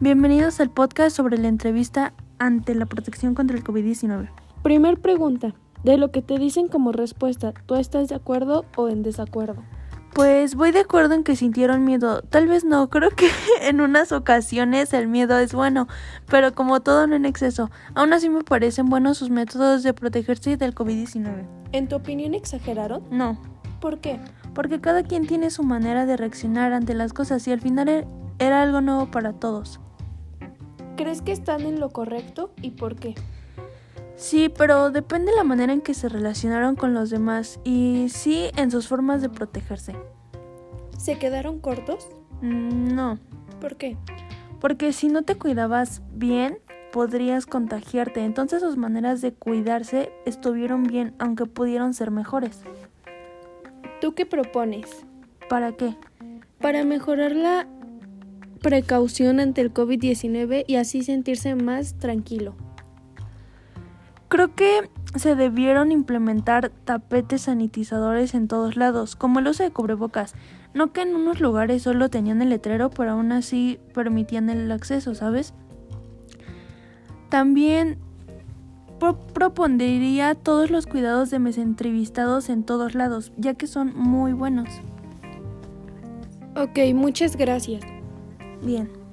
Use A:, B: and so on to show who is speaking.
A: Bienvenidos al podcast sobre la entrevista ante la protección contra el COVID-19.
B: Primer pregunta. De lo que te dicen como respuesta, ¿tú estás de acuerdo o en desacuerdo?
A: Pues voy de acuerdo en que sintieron miedo. Tal vez no, creo que en unas ocasiones el miedo es bueno, pero como todo no en exceso. Aún así me parecen buenos sus métodos de protegerse del COVID-19.
B: ¿En tu opinión exageraron?
A: No,
B: ¿Por qué?
A: porque cada quien tiene su manera de reaccionar ante las cosas y al final er- era algo nuevo para todos.
B: ¿Crees que están en lo correcto y por qué?
A: Sí, pero depende la manera en que se relacionaron con los demás y sí en sus formas de protegerse.
B: ¿Se quedaron cortos?
A: Mm, No.
B: ¿Por qué?
A: Porque si no te cuidabas bien, podrías contagiarte. Entonces sus maneras de cuidarse estuvieron bien, aunque pudieron ser mejores.
B: ¿Tú qué propones?
A: ¿Para qué?
B: Para mejorar la precaución ante el COVID-19 y así sentirse más tranquilo.
A: Creo que se debieron implementar tapetes sanitizadores en todos lados, como el uso de cubrebocas. No que en unos lugares solo tenían el letrero, pero aún así permitían el acceso, ¿sabes? También pro- propondría todos los cuidados de mis entrevistados en todos lados, ya que son muy buenos.
B: Ok, muchas gracias.
A: Bien.